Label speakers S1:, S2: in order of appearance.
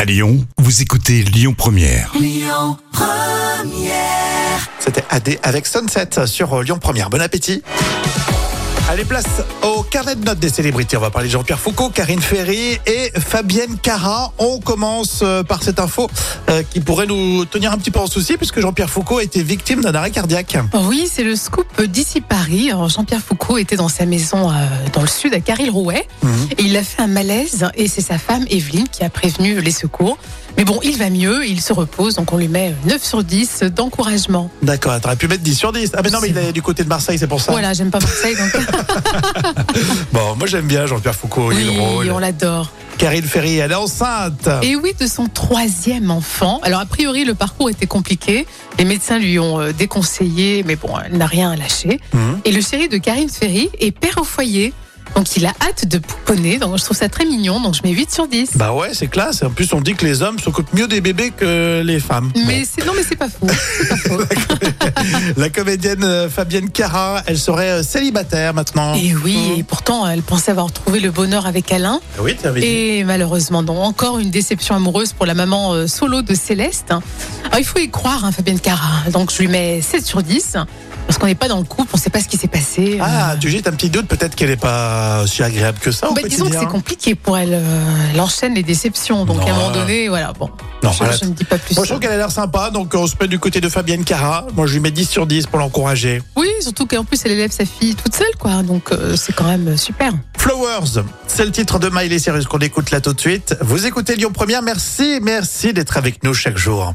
S1: À Lyon, vous écoutez Lyon Première.
S2: C'était AD avec Sunset sur euh, Lyon Première. Bon appétit. Allez, place au carnet de notes des célébrités. On va parler de Jean-Pierre Foucault, Karine Ferry et Fabienne Cara. On commence euh, par cette info euh, qui pourrait nous tenir un petit peu en souci puisque Jean-Pierre Foucault a été victime d'un arrêt cardiaque.
S3: Oui, c'est le scoop d'ici Paris. Alors, Jean-Pierre Foucault était dans sa maison euh, dans le sud à Caril-Rouet
S2: Mhm.
S3: et il a fait un malaise et c'est sa femme Evelyne qui a prévenu les secours. Mais bon, il va mieux, il se repose, donc on lui met 9 sur 10 d'encouragement.
S2: D'accord, t'aurais pu mettre 10 sur 10. Ah, mais non, mais il est du côté de Marseille, c'est pour ça.
S3: Voilà, j'aime pas Marseille, donc
S2: Bon, moi j'aime bien Jean-Pierre Foucault, il est
S3: oui,
S2: drôle.
S3: on l'adore.
S2: Karine Ferry, elle est enceinte.
S3: Et oui, de son troisième enfant. Alors, a priori, le parcours était compliqué. Les médecins lui ont euh, déconseillé, mais bon, elle n'a rien lâché.
S2: Mhm.
S3: Et le chéri de Karine Ferry est père au foyer. Donc, il a hâte de pouponner. Donc, je trouve ça très mignon. Donc, je mets 8 sur 10.
S2: Bah ouais, c'est classe. En plus, on dit que les hommes s'occupent mieux des bébés que les femmes.
S3: Mais c'est, non, mais c'est pas faux. C'est pas faux.
S2: La comédienne euh, Fabienne Cara, elle serait euh, célibataire maintenant.
S3: et Eh oui, et pourtant, elle pensait avoir trouvé le bonheur avec Alain.
S2: Ah Oui, t'avais dit.
S3: Et malheureusement, non. Encore une déception amoureuse pour la maman euh, solo de Céleste. Alors, il faut y croire, hein, Fabienne Cara. Donc, je lui mets 7 sur 10. Parce qu'on n'est pas dans le couple, on ne sait pas ce qui s'est passé.
S2: Ah, tu jettes un petit doute, peut-être qu'elle n'est pas si agréable que ça. au
S3: Bah, disons que
S2: quotidien.
S3: c'est compliqué pour elle. euh, elle enchaîne les déceptions. Donc,
S2: Non,
S3: à un moment
S2: euh,
S3: donné, voilà. Bon,
S2: non,
S3: je,
S2: voilà.
S3: je ne dis pas plus.
S2: Moi, je trouve qu'elle a l'air sympa, donc euh, on se met du côté de Fabienne Cara. Moi, je lui mets 10 sur 10 pour l'encourager.
S3: Oui, surtout qu'en plus, elle élève sa fille toute seule, quoi. Donc, euh, c'est quand même euh, super.
S2: Flowers, c'est le titre de Miley Cyrus qu'on écoute là tout de suite. Vous écoutez Lyon Première, merci, merci d'être avec nous chaque jour.